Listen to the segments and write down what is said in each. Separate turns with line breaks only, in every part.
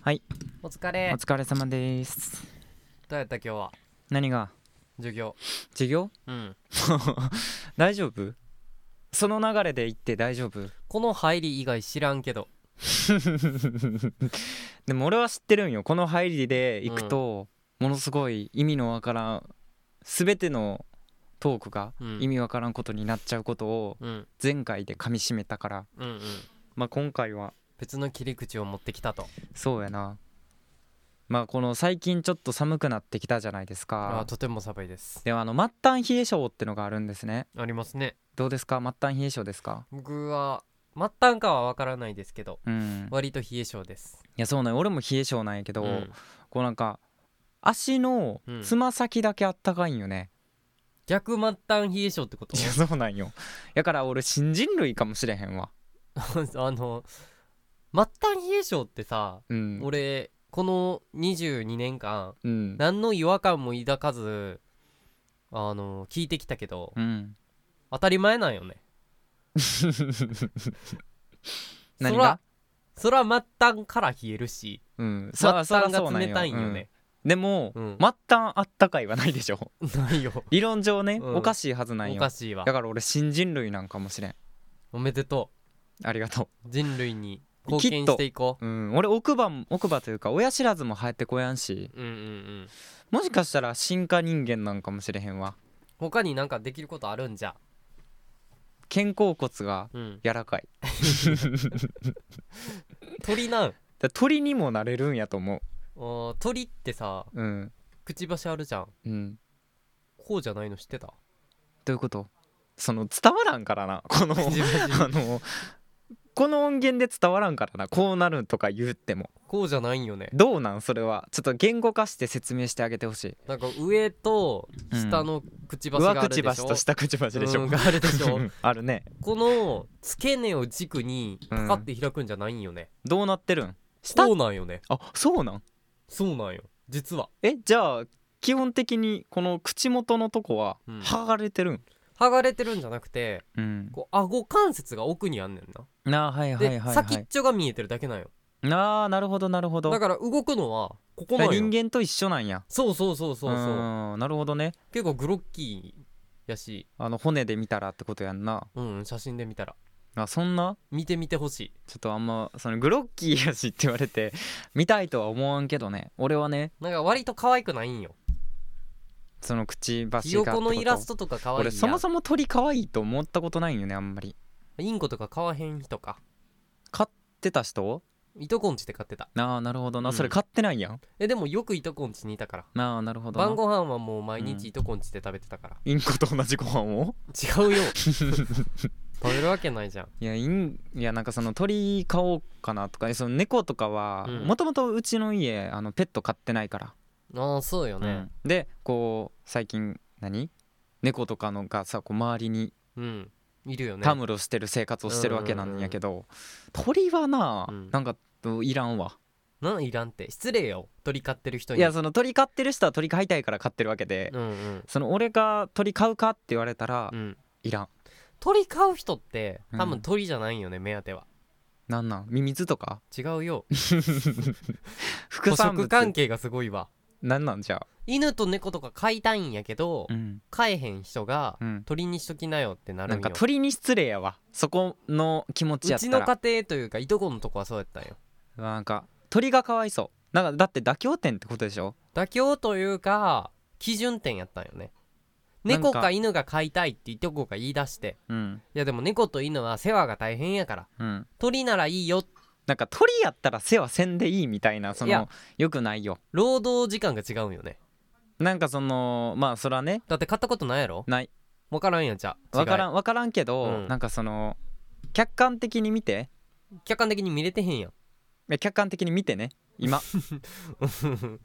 はい
お疲
お
れ
疲れ様です
どうやった今日は
何が
授業
授業
うん
大丈夫その流れで行って大丈夫
この入り以外知らんけど
でも俺は知ってるんよこの入りで行くと、ものすごい意味のわからん全てのトークが
うん
意味わからんことになっちゃうことを
うん
前回で噛みしめたから
うんうん
まあ今回は
別の切り口を持ってきたと
そうやなまあこの最近ちょっと寒くなってきたじゃないです
あ
か
ーとても寒いです
ではあの末端冷え性ってのがあるんですね
ありますね
どうですか末端冷え性ですか
僕は末端かはわからないですけど
うん
割と冷え性です
いやそうなんよ俺も冷え性なんやけど、
うん
こうなんか足の
うん
つま先だけあったかいんよね、
逆末端冷え性ってこと
いやそうなんよやから俺新人類かもしれへんわ
あの末端冷え性ってさ
うん
俺この22年間
うん
何の違和感も抱かずあの聞いてきたけど
うん
当たり前なんよね
何
そら
が
そら末端から冷えるし
うん
末
そら
端
そらそう
が
なん
冷たいんよね
うんでも、
うん
末端あったかいはないでしょ
ないよ
理論上ね、
うん
おかしいはずなん
お
よ
かしいわ
だから俺新人類なんかもしれん
おめでと
ありがと
う人類に
きっと
貢献していこ
ううん俺奥歯も奥歯というか親知らずも生えてこやんし
ううんうんうん
もしかしたら進化人間なんかもしれへんわ
他になんかできることあるんじゃ
肩甲骨が
うん
柔らかい
鳥なん
だ鳥にもなれるんやと思
おー鳥ってさ
ううん
くちばしあるじゃん
うん
こうじゃないの 知ってた
どういうことその伝わらんからな この
くち
あ
ばし
のこの音源で伝わらんからなこうなるとか言っても
こうじゃないんよね
どうなんそれはちょっと言語化して説明してあげてほしい
なんか上と下のくちばしが
上
ある
く
で
ち
しょ
ばしと下くちばしでしょ、
うんがあるでしょ
うん あるね
この付け根を軸にパカって開くんじゃないんよね、
どうなってるん下
そうなんよね
あそうなん
そうなんよ実は
えじゃあ基本的にこの口元のとこは
うん
剥がれてるん
剥がれてるんじゃなくて
うん、
こう顎関節が奥にあんねんな
なあはいは
で、
いはいは
先っ
い
ちょが見えてるだけなんよ
なあなるほどなるほど
だから動くのはここ
だか
なん
ら
よ
人間と一緒なんや
そうそうそうそうそう
うんなるほどね
結構グロッキーやし
あの骨で見たらってことやんな
うん写真で見たら
あそんな
見てみてほしい
ちょっとあんまそのグロッキーやしって言われて 見たいとは思わんけどね俺はね
なんか割と可愛くないんよ
そのくちば
ひ
しが
よ
ってこ
ことのイラストとか可愛いや
俺
ん
そもそも鳥可愛いと思ったことないんよねあんまり
インコとか買わへん人か
飼ってた人
糸こんちで買ってた
ああなるほどな、
うん
それ飼ってないやん
えでもよく糸こんちにいたから
なあなるほどな
晩ご飯はもう毎
うん
日糸こんちで食べてたから、
インコと同じご飯を
違うよ食べるわけないじゃん
いやインいやなんかその鳥飼おうかなとかその猫とかは
うん
もともとうちの家あのペット飼ってないから
ああそうよね
うんでこう最近何猫とかのがさこう周りに
うん、いるよね
たむろしてる生活をしてるわけなんやけど、鳥はな、
うん
なんかいらんわ、
なんいらんって失礼よ鳥飼ってる人に
いやその鳥飼ってる人は鳥飼いたいから飼ってるわけで、
うんうん
その俺が鳥飼うかって言われたら、
うん
いらん
鳥飼う人って
うん
多分鳥じゃないよね、目当ては
なんなんミミズとか
違うよ
副
捕
産
食関
物
係がすごいわ
なんなんじゃあ
犬と猫とか飼いたいんやけど、
うん
飼えへん人が
うん
鳥にしときなよってなる
なんん
よ
か鳥に失礼やわそこの気持ちやっ
う
た
ち
ら
の家庭というかいとこのとこはそうやったんよ
なんか鳥がかわいそうなんかだって妥協点ってことでしょ
妥協というか基準点やったんよね
なんか
猫か犬が飼いたいっていとこが言い出して
うん
いやでも猫と犬は世話が大変やから
うん
鳥ならいいよ
なんか鳥やったら世話せんでいいみたいなそ
いや
のよくないよ
労働時間が違うんよね
なんかそのまあそれはね
だって買ったことないやろ
ない
分からんやんじゃ
分から
ん
ん分からんけど、
うん
なんかその客観的に見て
客観的に見れてへんやん
いや客観的に見てね 今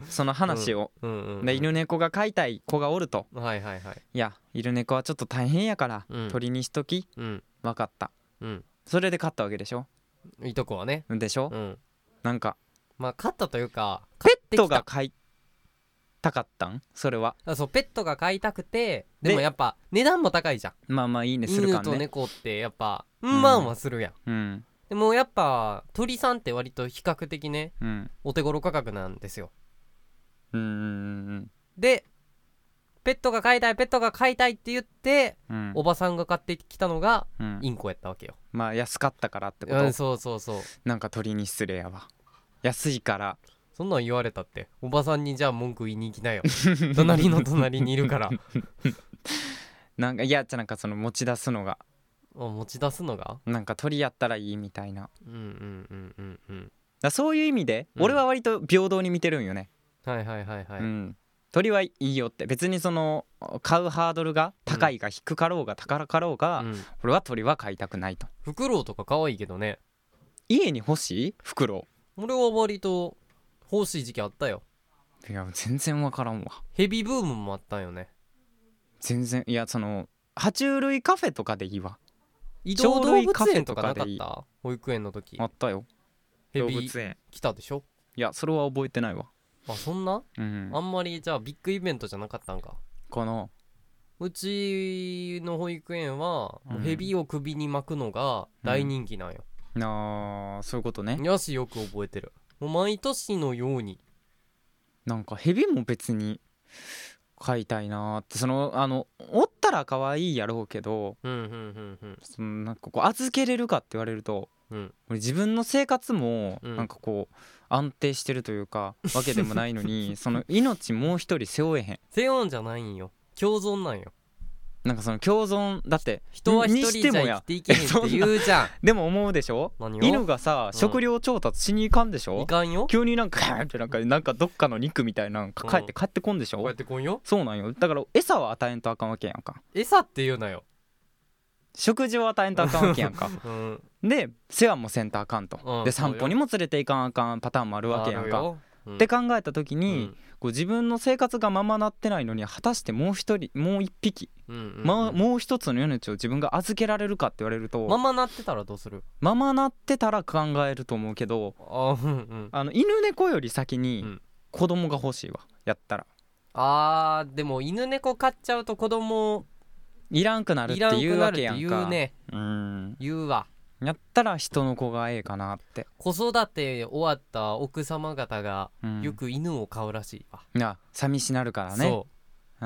その話を、
うんうん、うん、
で犬猫が飼いたい子がおると
はいはいはい
いや犬猫はちょっと大変やから、
うん
鳥にしとき
うん
分かった
うん
それで飼ったわけでしょ
いいとこはね
でしょ、
うん
なんか
まあ勝ったというか
ペッ
てきた
トが飼いたかったんそれは
あそうペットが飼いたくて
で
でもやっぱ値段も高いじゃん
まあまあいいねする
犬
感
と
ね
猫ってやっぱ
ん
うんまんはするやん、
うん
でもやっぱ鳥さんって割と比較的ね
うん
お手頃価格なんですよ
うんうん
でペットが飼いたいペットが飼いたいって言って
うんうん
おばさんが買ってきたのが
うん
インコやったわけよ、
まあ安かったからってこ
うん、
と
そうそうそう
なんか鳥に失礼やわ安いから
そんなん言われたっておばさんにじゃあ文句言いに行きなよ 隣の隣にいるから
なんかいやじゃあなんかその持ち出すのが
あ持ち出すのが
なんか鳥やったらいいみたいなだか
うんうんうんうんうん
らそういう意味で
うん
俺は割と平等に見てるんよね、
はいはいはいはい、
うん、鳥はいいよって別にその買うハードルが高いが低かろうが高かろうが、
うん
俺は鳥は飼いたくないと
フクロウとか可愛いけどね
家に欲しいフクロ
俺は割と欲しい時期あったよ
ウいや全然わからんわ
ヘビブームもあったんよね
全然いやその爬虫類カフェとかでいいわ
移動動
鳥類カ
物
フ
園
ェ
と
と
か
か
な
な
か
か
っ
った
た保育園の時
あったよ
ヘ
動
ビ
物園
来たでしょ
いやそれは覚えてないわ
あそんな
うん
あんまりじゃあビッグイベントじゃなかったんか
この
うちの保育園はもううんヘビを首に巻くのが大人気なんよ、
なあそういうことね
やしよく覚えてるもう毎年のように
なんかヘビも別に飼いたいなーってそのあのおったら可愛いやろうけど
うんうんうんうん
そのなんかこう預けれるかって言われると
うん
俺自分の生活も
うん
なんかこう安定してるという かわけでもないのにその命もう一人背負えへん
セオンじゃないんよ共存なんよ
なんかその共存だって
人は一
に
人
して
じゃ
も
生
や
きていけへんって言うじ ゃん
でも思うでしょ
何を
犬がさ
うん
食料調達しに行かんでしょ
いかんよ
急になんかってなんかなんかどっかの肉みたいなの抱えて帰ってこんでし
こう
ょ
やってこんよ
そうなんよだから餌は与えんとあかんわけやんか
餌って言うなよ
食事を与えんとあかんわけやんか
うん
で世話もせんとあかんと、
うん
で
そうよ
散歩にも連れていかんあかんパターンもあるわけやん
ある
か、
ようん
って考えた時
う
に、
ん
こう自分の生活がままなってないのに果たしてもう一人もう一匹、
うんうんうん
ま、もう一つの命を自分が預けられるかって言われると、
ままなってたらどうする
ままなってたら考えると思うけど
あーうんうん
あの犬猫より先
う
に
ん
子供が欲しいわやったら
あーでも犬猫飼っちゃうと子供
いらんくなるっ
い
て
らん
い
く
う
な
わ
るっ
け
て
やん
言
か
うね
うん
言うわ
やったら人の子がええかなって、
子育て終わった奥様方が
うん、
よく犬を飼うらしいわ、
な寂しなるからね
そう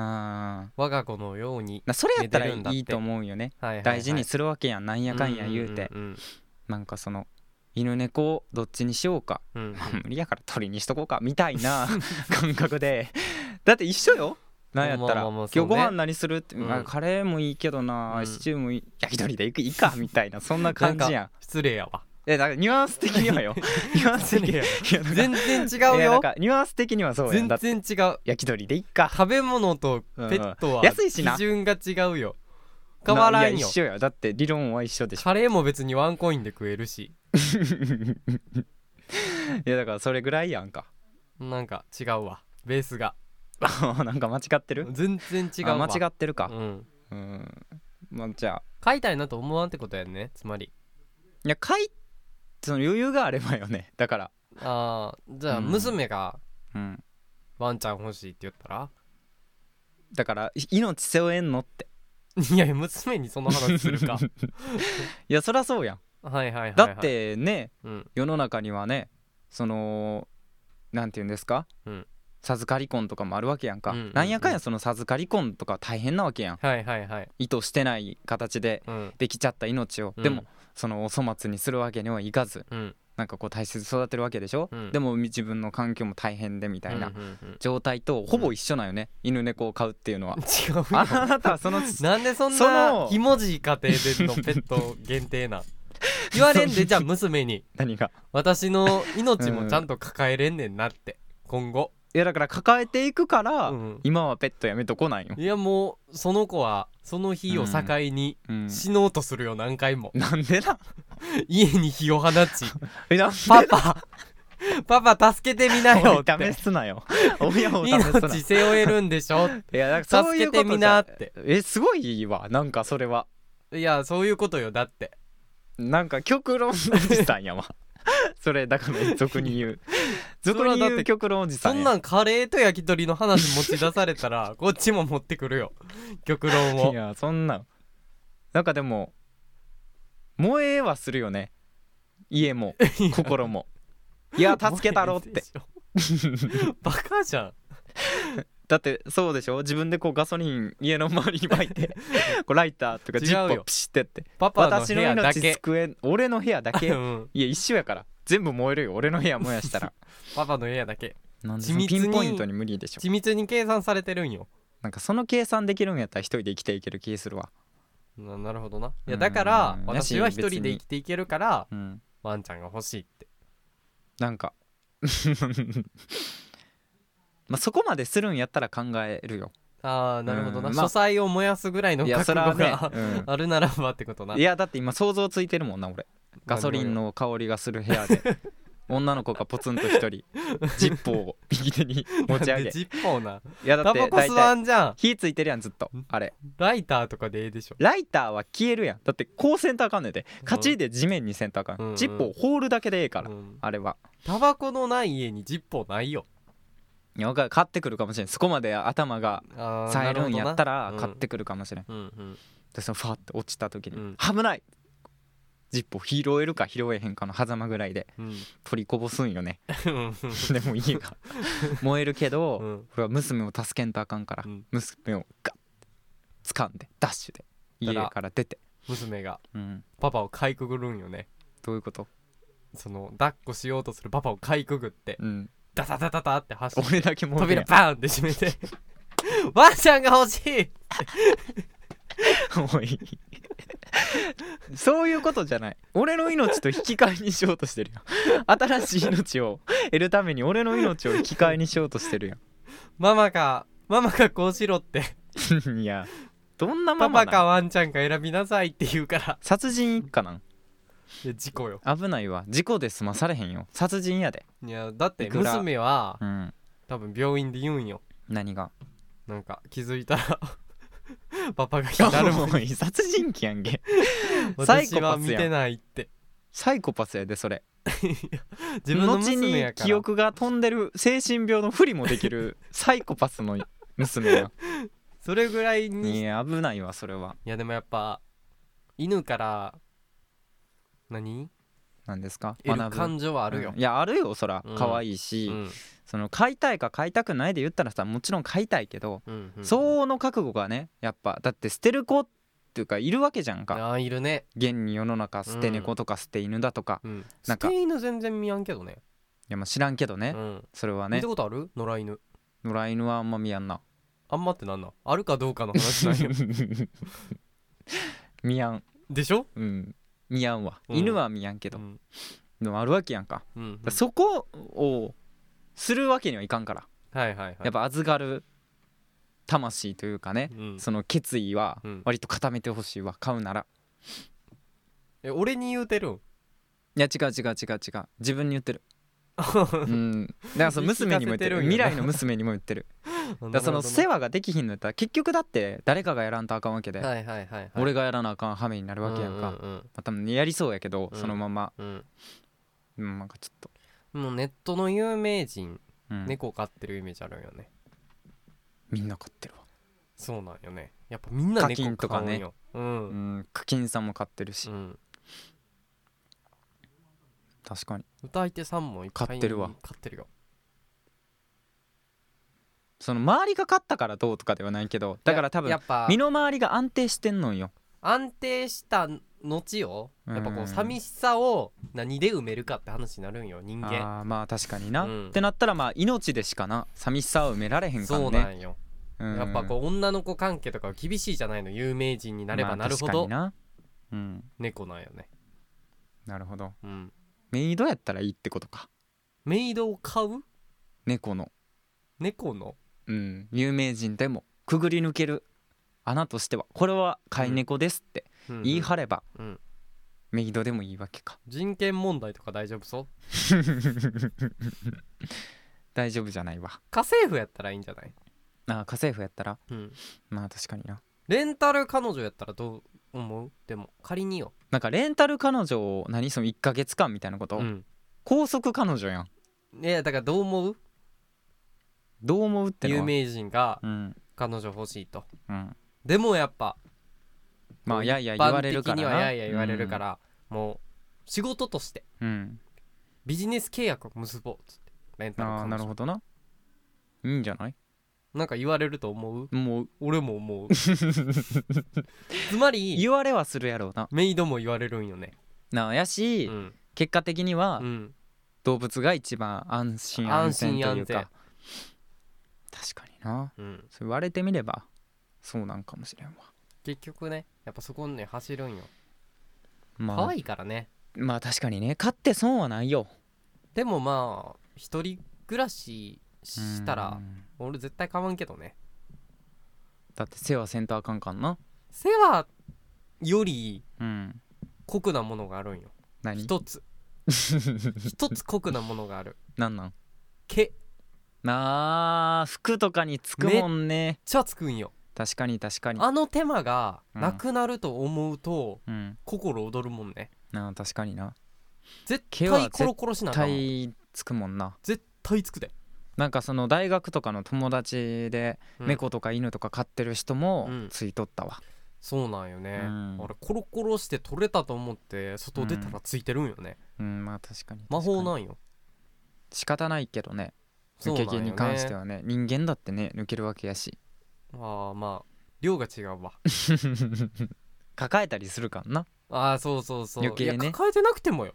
うんな
我が子のように、
それやったら
寝てるんだって
いいと思うよね
はいはいはい
大事にするわけやんなんやかんや言うて
うんうん
なんかその犬猫をどっちにしよう か
うんうん
まあ無理やから鳥にしとこうかみたいな 感覚でだって一緒よなんやった
まあ
ら
まあまあ
今
そ
日
うね
ご飯何するって
うん
まあカレーもいいけどな
うん
シチューもいい焼き鳥でいくいいかみたいなそんな感じやん
失礼やわ
えだからニュアンス的に はよニュアンス
失
的に
礼や
いやなんか
全然
い
違う
やなん
よ
かニュアンス的にはそうやん
全
だって
然違う
焼き鳥でいっか
食べ物とペット
う
は
ん安いし
基
な
準が違うよ変わら
い
ん
や
よ
一緒やだって理論は一緒でしょ
カレーも別にワンコインで食えるし
いやだからそれぐらいやんか
なんか違うわベースが
なんか間違ってる
全然違うわ
あ間違ってるか
うん
うんまあじゃあ
飼いたいなと思わんってことやんねつまり
いやかいその余裕があればよね だから
ああじゃあ
うん
娘が
うん
ワンちゃん欲しいって言ったら、
だからい命背負えんのって
いや娘にその話するか
いやそりゃそうやん
はいはいはい、はい、
だってね
うん
世の中にはねそのなんて言うんですか、
うん
授かり婚とかもあるわけやんか、
うんうんうん
なんやかんやその授かり婚とか大変なわけやん
はいはいはい
意図してない形で
うん
できちゃった命を、
うん
でもそのお粗末にするわけにはいかず
うん
なんかこう大切に育てるわけでしょ、
うん
でも自分の環境も大変でみたいな
うん うんうん
状態とほぼ一緒なんよね、犬猫を飼うっていうのは
違うよ
あなたはその
なんでそん
そ
な
の
ひもじい家庭でのペット限定 なん言われんでじゃあ娘に
何が
私の命もちゃんと抱えれんねんなって今後、
いやだから抱えていくから、
うん
今はペットやめとこないよ、
いやもうその子はその日を境に
うん
死のうとするよ何回も
なんでな
家に火 を放ち
えなん
パパ パパ助けてみなよ
お
っ
い
て
試すなよ親を試すな
命背負えるんでしょ
いやだ からそう
助
い
け
うこと
て
じゃ
みなって
えすごいいいわなんかそれはい
やそういうことよだって
なんか極論おじさん やわそれだから俗に言う俗に
それはだっ
言
て
う極論おじさ
そ
んや
んなんカレーと焼き鳥の話持ち出され たらこっちも持ってくるよ極論
い
を
やそんなんなんかでも萌えはするよね家 も心もいや助けたろっ
お前
て
でしょバカじゃん
だってそうでしょ自分でこうガソリン家の周りに巻い てこうライターとか
違う
ジ
よ
ッパーピシッてやって
パパの部
私の
屋だ
命
け、
救えん俺の部屋だ
う
け
ん、
いや一緒やから全部燃えるよ俺の部屋燃やしたら
パパの部屋だけ
なんで
緻
その
密
ピ
に
ンポイントに無理でしょ
緻密に計算されてるんよ
なんかその計算できるんやったら一人で生きていける気するわ
ななるほどない
うんう
や
ん
だから
うん
私は一
やし
人で
別に
生きていけるから
うん
ワンちゃんが欲しいって
なんか まあそこまでするんやったら考えるよ
ああなるほどな、
うんまあ
書斎を燃やすぐらいの
いや
覚
そ
悟
れは
が、
ね、
あるならばってこと
う
なん
いやだって今想像ついてるもんな俺ガソリンの香りがする部屋 で女の子がポツンと一人ジッポーを右手に持ち
な
上
ん
げ
で
い
ジッポーな
やだ
タ
って
バコ吸
大
わ
体
んじゃん
火ついてるやんずっとあれ
ライターとかでええでしょ
ライターは消えるやんだってこうせんとあかんねんで勝ちで地面にせんとあかん、
うんうん
ジッポーホールだけでええから、
うん
あれは
タバコのない家にジッポーないよ
いやわかる買ってくるかもしれんそこまで頭が
あー
冴えるんやったら
なるほど
買
な
ってくるかもしれん、
うんうん
でそのファーって落ちた時に「
うん
危ない!」ジッポー拾えるか拾えへんかの狭間ぐらいで
うん
取りこぼすんよね
うん
でも家 が燃えるけど、
うん
これは娘を助けんとあかんから、
うん
娘をガッ掴んでダッシュで家
だから
から出て、
娘が
うん、
パパをかいくぐるんよね
どういうこと、
その抱っこしようとするパパをかいくぐって
うん、
ダダダダダって走って
俺だけ燃えるやん
扉バーンって閉めてワンちゃんが欲しい
おい そういうことじゃない俺の命と引き換えにしようとしてるやん新しい命を得るために俺の命を引き換えにしようとしてる
ママかママかこうしろって
やんいやどんなま
パ
ま
パ
な
かワンちゃんか選びなさいって言うから
殺人一家なん
いや事故よ
危ないわ事故で済まされへんよ殺人やで
いやだって
いくら
娘は
うん
多分病院で言うんよ
何が
なんか気づいたらパパが
な
左
る
目
もん 殺人鬼やんけサイ
私
コ
は
パスやん
見てないって
サイコパスやでそれ
自分の娘や
後に
か
記
ら
憶が飛んでる精神病のふりもできる サイコパスの娘や
それぐらい
ん い
にい
や危ないわそれは
やでもやっぱ犬から何
何ですか
得る
学ぶ
感情はあるよ
うんいやあるよそら
うん
可愛いし、
うん
その買いたいか買いたくないで言ったらさもちろん買いたいけど、
うんうん
相応の覚悟がねやっぱだって捨てる子っていうかいるわけじゃんか
あーいるね
現に世の中捨て猫とか捨て犬だとか、い
うん
な
捨
んか
て犬全然見やんけどね
やまあ知らんけどね、
うん
それは
見
ね
たことある野良犬
野良犬はあんま見やんな
あんまってなんなんあるかどうかの話なんよ
見やん
でしょ
うん見やんわ、
うん
犬は見やんけど、
ん
でもあるわけやんか,、
うんうん
そこをするわけにはいかんから、
はいはいはい
やっぱ預かる魂というかね、
うん
その決意は
うん
割と固めてほしいわ買うなら
え俺に言うてるん
いや違う違う違う違う自分に言って るうんだからその娘にも言ってる
言い聞かせてるんやな
未来の娘にも言ってるだからその世
話
話ができひんのやったら結局だって誰かがやらんとあかんわけで、
はいはいはいはい
俺がやらなあかん羽目になるわけやんか、ま
うんうん
あ、多分やりそうやけど、
うん
そのまま、
うん
うん、なんかちょっと、
うんもうネットの有名人
うん
猫飼ってるイメージあるんよね
みんな飼ってるわ、
そうなんよねやっぱみんな
課金
猫
と
飼
か
うん
ね
よう
うんん、クキンさんも飼ってるし、
うん
確かに
歌い手さんもいっぱい
飼ってるわ
飼ってるよ
その周りが飼ったからどうとかではないけどだから多
や
分
っぱ
身の回りが安定してんのんよ
安定した後よやっぱこ
う
うん寂しさを何で埋めるかって話になるんよ人間
あーまあ確かにな、
うん
ってなったらまあ命でしかな寂しさを埋められへんからね
そうなんよ
うん
やっぱこう女の子関係とかは厳しいじゃないの有名人になればなるほ
まあ確かに
ど
なうん
猫なんよね
なるほど
うん
メイドやったらいいってことか
メイドを飼う
猫の
猫の
うん有名人でもくぐり抜ける穴としてはこれは飼い猫ですって言い張れば
うん
メイドでもいいわけか
人権問題とか大丈夫そう
大丈夫じゃないわ
家政婦やったらいいんじゃない、
ああ家政婦やったら
うん、
まあ確かにな
レンタル彼女やったらどう思うでも仮によ、
なんかレンタル彼女を何その1ヶ月間みたいなこと、
うん、
拘束彼女やん
いやだからどう思う
どう思うってのは
有名人が
うん
彼女欲しいと
うん
でもやっぱ
ま
こ
あ
う
いやいや言われるか
一般的に
らな
は
い
やいや言われるから、もう仕事として
うん
ビジネス契約を結ぼうっつってレンタル
ああ
彼
なる
女
ほどないいんじゃない
なんか言われると思う
もう
俺も思 うつまり
言われはするやろうな
メイドも言われるんよね
なあやし、
うん、
結果的には
うん、
動物が一番安心安
安
全
心
とい
安
うか
全
確かにな
うん
そう言われてみればそうなんかもしれんわ
結局ねやっぱそこにね走るんよ可
まあ
愛いからね
まあ確かにね飼って損はないよ
でもまあ一人暮らししたら
うん
俺絶対買わんけどね
だって世話せんとあかんかんな
世話より
うん
酷なものがあるんよ
何
一つ一つ酷なものがある
なんなん
毛めっ
なあ服とかにつくもんね
ちゃつくんよ
確かに確かに
あの手間が
うん
なくなると思うと
うん
心躍るもんね
なあ確かにな
絶
毛は
対
絶
コロコロしなあかんもん
体つくもんな
絶対つくで
なんかその大学とかの友達で
うん
猫とか犬とか飼ってる人も
うん
ついとったわ、
そうなんよね
うん
俺コロコロして取れたと思って外出たらついてるんよね
うんまあ確かに
魔
確
法
かに
なんよ
仕方ないけどね
そう
抜
なん
け
よ
毛に関して
ね
はね人間だってね抜けるわけやし
ああまあ量が違うわ
抱えたりするからな
ああそうそうそう
余計ね
いや抱えてなくてもよ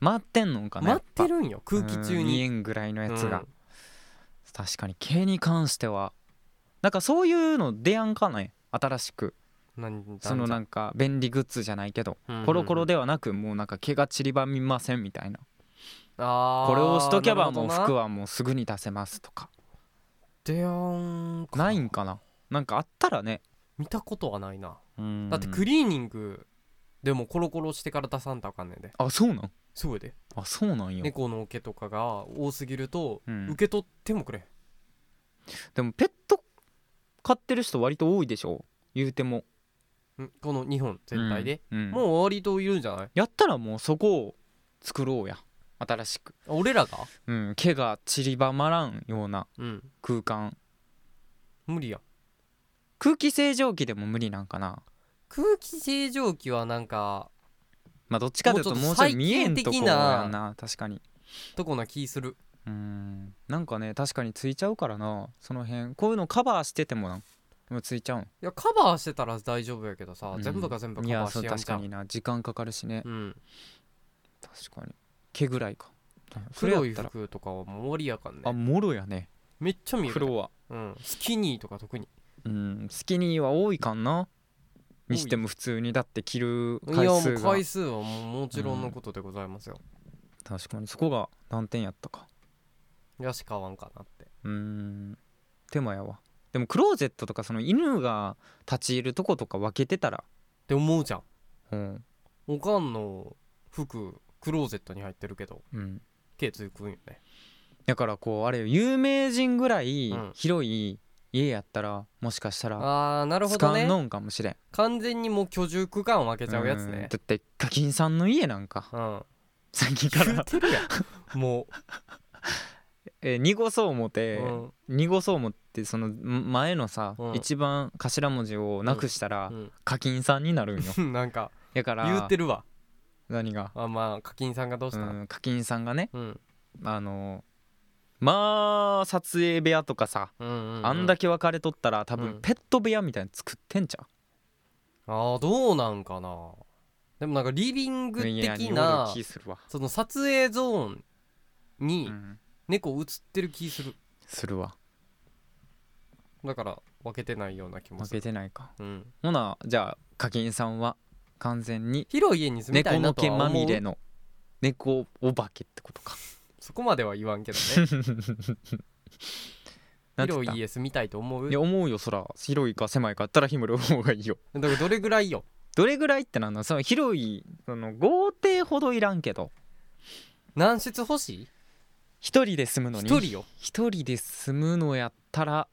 待ってんのかな
待って
や
るんよ
ぱ
空気中
うん見え
に
んぐらいのやつが、
うん
確かに毛に関してはなんかそういうの出やんかない新しく
なん
そのなんか便利グッズじゃないけど、
うんうんうん
コロコロではなくもうなんか毛が散りばみませんみたいな
あー
これをしとけばもう
なるほ
服
どな
はもうすぐに出せますとか
でやんか
ないんかななんかあったらね
見たことはないな
だ
だってクリーニングでもコロコロしてから出さんとあかんねんで
あそうなん
そうやで
あそうなんよ
猫の毛とかが多すぎると
うん
受け取ってもくれ
でもペット飼ってる人割と多いでしょ言うても
んこの2本全体で、
うんうん
もう割といるんじゃない
やったらもうそこを作ろうや新しく、
俺らが
うん、毛が散りばまらんような
うん
空間
無理や
空気清浄機でも無理なんかな
空気清浄機はなんか
まあどっちかというとも
も
う
う
ち
ち
ょ
ょ
い
っと
見えんとこや
最近的
な確かに
とこな気する
うんなんかね確かについちゃうからなその辺こういうのカバーしててもなもうついちゃうん
いやカバーしてたら大丈夫やけどさ、
うん
全部が全部カ
いや
バー
そ
し
う
やん
確
じゃ
か
ん
にな時間かかるしね
うん、
確かに毛ぐらいかそれやっ
黒い
たら
服とかはもう終わりやかん
あ
ね
もろやね
めっちゃ見える、
黒は
うん、スキニーとか特に
うんスキニーは多いかな
多い
にしても普通にだって着る
い
回
やも
数
う
が
回数はもうもちろんのことでございますよ、
確かにそこが難点やったか
やし買わんかなって
うーん手間やわでもクローゼットとかその犬が立ち入るとことか分けてたら
って思うじゃん
うん、
おかんの服クローゼットに入ってるけど
うん、
毛つくんよね
だからこうあれよ有名人ぐらい
うん
広い家やったらもしかしたら
あーなるほ
使
ど
かん
ね
のんかもしれん
完全にもう居住区間を分けちゃうやつ
うん
ね
だって課金さんの家なん か
うん
さっきか
言う
ら、
てるやんも
えー濁そう思
う、
て、
うん
濁そう思ってそのん前のさ、
うん
一番頭文字をなくしたら、
うん
課金さんになるん よ
なんか
だから
言うてるわ
何が、
あまあ課金さんがどうし
う
た
ん、課金さんがね
うん
あのまあ撮影部屋とかさ、
うんうん
あんだけ分かれとったら多
う
分
ん
ペット部屋みたいなの作ってんちゃう
ああどうなんかなでもなんかリビング的な
するわ、
その撮影ゾーンに
ん、
猫映ってる気する
するわ
だから分けてないような気も
負
する
けてないか
うん
ほなじゃあ課金さんは完全に
広い家に住みた
猫
いな
の
と
毛
は
ま
思
み
う
れの猫お化けってことか
そこまでは言わんけどね
なんて言っ
広
た
い家住みたいと思う
いや
だか
思うよそら広いか狭いかあったら広い方がいいよ
らどれぐらいよ
どれぐらいってなんのその広いその豪邸ほどいらんけど
何室欲しい
一人で住むの
一
に
人よ
一人で住むのやったら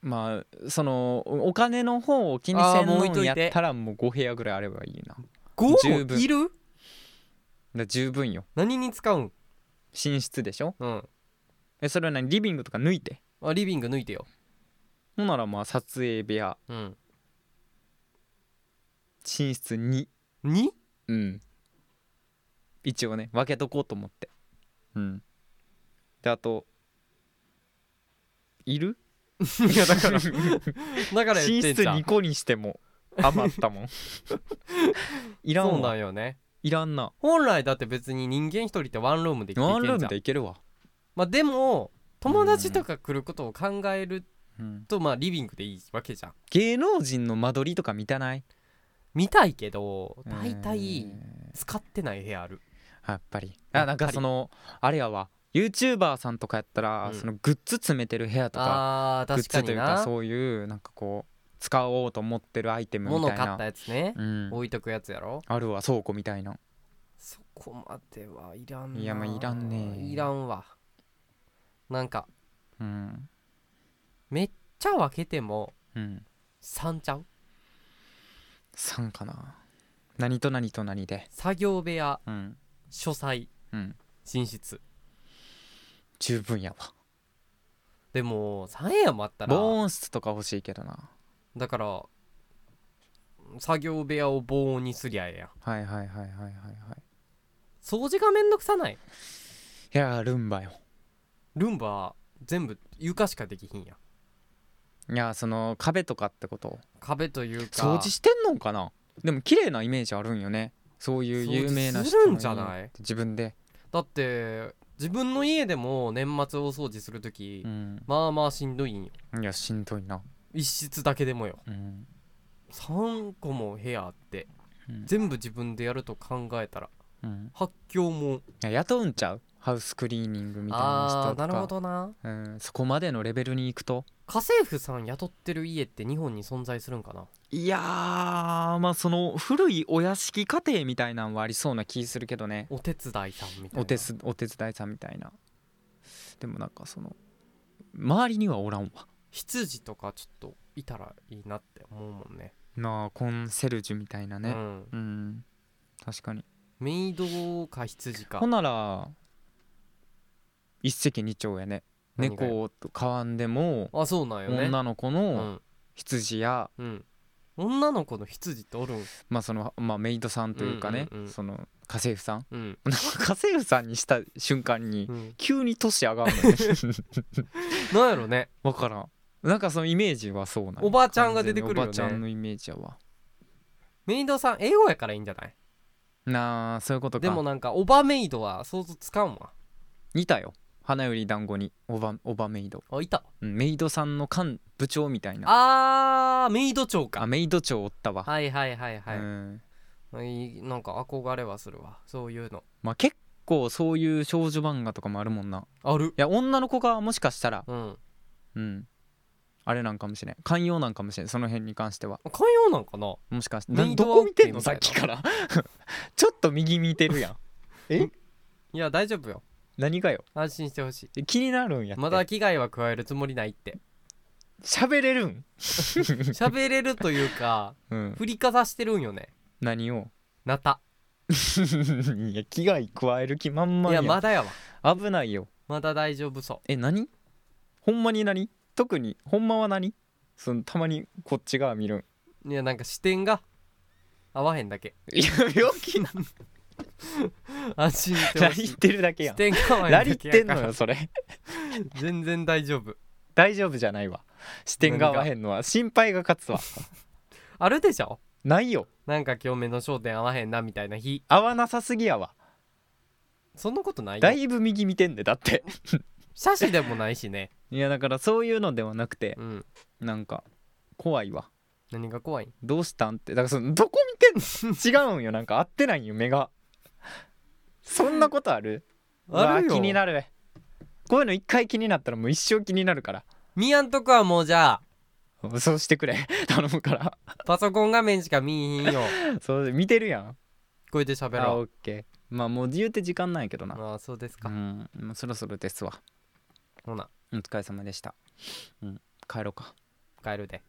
まあそのおお金の方を気にせん
あーも
の
う置いと
ん
い
や
て
ったらもう5部屋ぐらいあればいいなだか十
5
分
いる
ら十分よ
何に使うん
寝室でしょ
うん
えそれは何リビングとか抜いて
あリビング抜いてよ
ほんならまあ撮影部屋
うん
寝室2
2?
うん一応ね分けとこうと思ってうんであと いる
いやだからだから言
寝
ってん
室
じゃん
2個にしても余ったもんいら
そうんな
わ
んよね
いらんな
本来だって別に人間一人ってワンルームで生き
ワン
てい
ル
け
ー
んじ
ム
ゃん
でいけるわ、
まあでも友達とか来ることを考える
うん、
とまあリビングでいいわけじゃん
芸能人の間取りとか見たない
見たいけど大体
うん
使ってない部屋ある
やっぱり
やっぱり
あなんかそのあれやわ YouTuber さんとかやったら、
うん
そのグッズ詰めてる部屋とか
あ
グ
ー
ッ
確か
ズとい
に
うか
な
そういうなんかこう使おうと思ってるアイテムみ
物
たいな
買ったやつね
うん、
置いとくやつやろ
あるわ倉庫みたいな
そこまではいらんない
やまあいらんね
いらんわなんか
うん
めっちゃ分けても
うん
3ちゃう
3かな何と何と何で
作業部屋
うん
書斎
うん
寝室
十分やわ
でも3部屋もあったら
防音室とか欲しいけどな
だから作業部屋を防音にすりゃええやん
はいはいはいはいはいはい
掃除がめんどくさない
いやールンバよ
ルンバ全部床しかできひんやん
いやーその壁とかってこと
壁というか
掃除してんのかなでも綺麗なイメージあるんよねそういう有名な
掃除
人
するんじゃない
自分で、
だって自分の家でも年末大掃除するとき、
うん、
まあまあしんどいんよ
いやしんどいな、
一室だけでもよ
うん、
3個も部屋あって、
うん
全部自分でやると考えたら
うん、
発狂も
いや雇うんちゃうハウスクリーニングみたいな人
ああ
とか
ーなるほ、どな
うん、そこまでのレベルに行くと
家政婦さん雇ってる家って日本に存在するんかない
やーまあその古いお屋敷家庭みたいなんはありそうな気するけどね
お手伝いさんみたいな
お手すお手伝いさんみたいなでもなんかその周りにはおらんわ
羊とかちょっといたらいいなって思うもんね
なあコンセルジュみたいな
う
ね
ん
うん、確かに
メイドか羊か
ほんなら一石二鳥やね
何がよ
猫と飼わんでも
あそうなんよね
女の子
う
の
ん
羊や、
うん女の子の羊っておるん
まあそのまあ、メイドさんというかね、
うんうんうん
その家政婦さん
うん、
なんか家政婦さんにした瞬間に
うん、
急に年上が るのね
なんやろね
わからんなんかそのイメージはそうなんよ
おばあちゃんが出てくるよ
完
ね
全におばあちゃんのイメージやわ
メイドさん英語やからいいんじゃない
なあそういうことか
でもなんかオバメイドは想像つかんわ
似たよ花より団子におばおばメイド、
あいた
うん、メイドさんの幹部長みたいな
あーメイド長
あ
か
メイド長おったわ、
はいはいはいはい
うん
いいなんか憧れはするわそういうの
まあ、結構そういう少女漫画とかもあるもんな
ある
いや女の子がもしかしたら
うん
うんあれなんかもしれん寛容なんかもしれんその辺に関しては
寛容なんかな
もしかしてな
メイド
ど
は
こ見てんの
OK み
さ
たい
っ
な
きから ちょっと右見てる やん
いや大丈夫よ
何がよ
安心してほしい
気になるんやって
まだ危害は加えるつもりないって
喋れる ん、
喋れるというか
うん、
振りかざしてるんよね
何を
なた
いや危害加える気満
い
々や
や
ん
まだやわ
危ないよ
まだ大丈夫そ
え何ほんまに何特にほんまは何そのたまにこっち側見るん
ういやなんか視点が合わへんだけ
いや病気な
安 心して
ラ
ほし
リ
い
ってるだけや
視
ん
点が合わへん
ラ
だけ
リ
や
っ
から
てんのよそれ
全然大丈夫
大丈夫じゃないわ視点が合わへんのは心配が勝つわ
あるでしょ
ないよ
なんか今日目の焦点合わへんなみたいな日
合わなさすぎやわ
そんなことないよ
だいぶ右見てんでだって
写真でもない しね
いやだからそういうのではなくて
うん
なんか怖いわ
何が怖いん
どうしたんってだからそのどこ見てんの違うんよなんか合ってないんよ目がそんなことある
あ
う
る
わ
よ
気になるこういうの一回気になったらもう一生気になるから
見やんとこはもうじゃあ
そうしてくれ 頼むから
パソコン画面しか見えへんよ
そう見てるやん
これで喋
あ
ろう
オッケーまあもう言うて時間ないけどな
ああそうです
う
か、
んもうそろそろですわ
ほな
お疲れ様でした、うん、帰ろうか
帰るで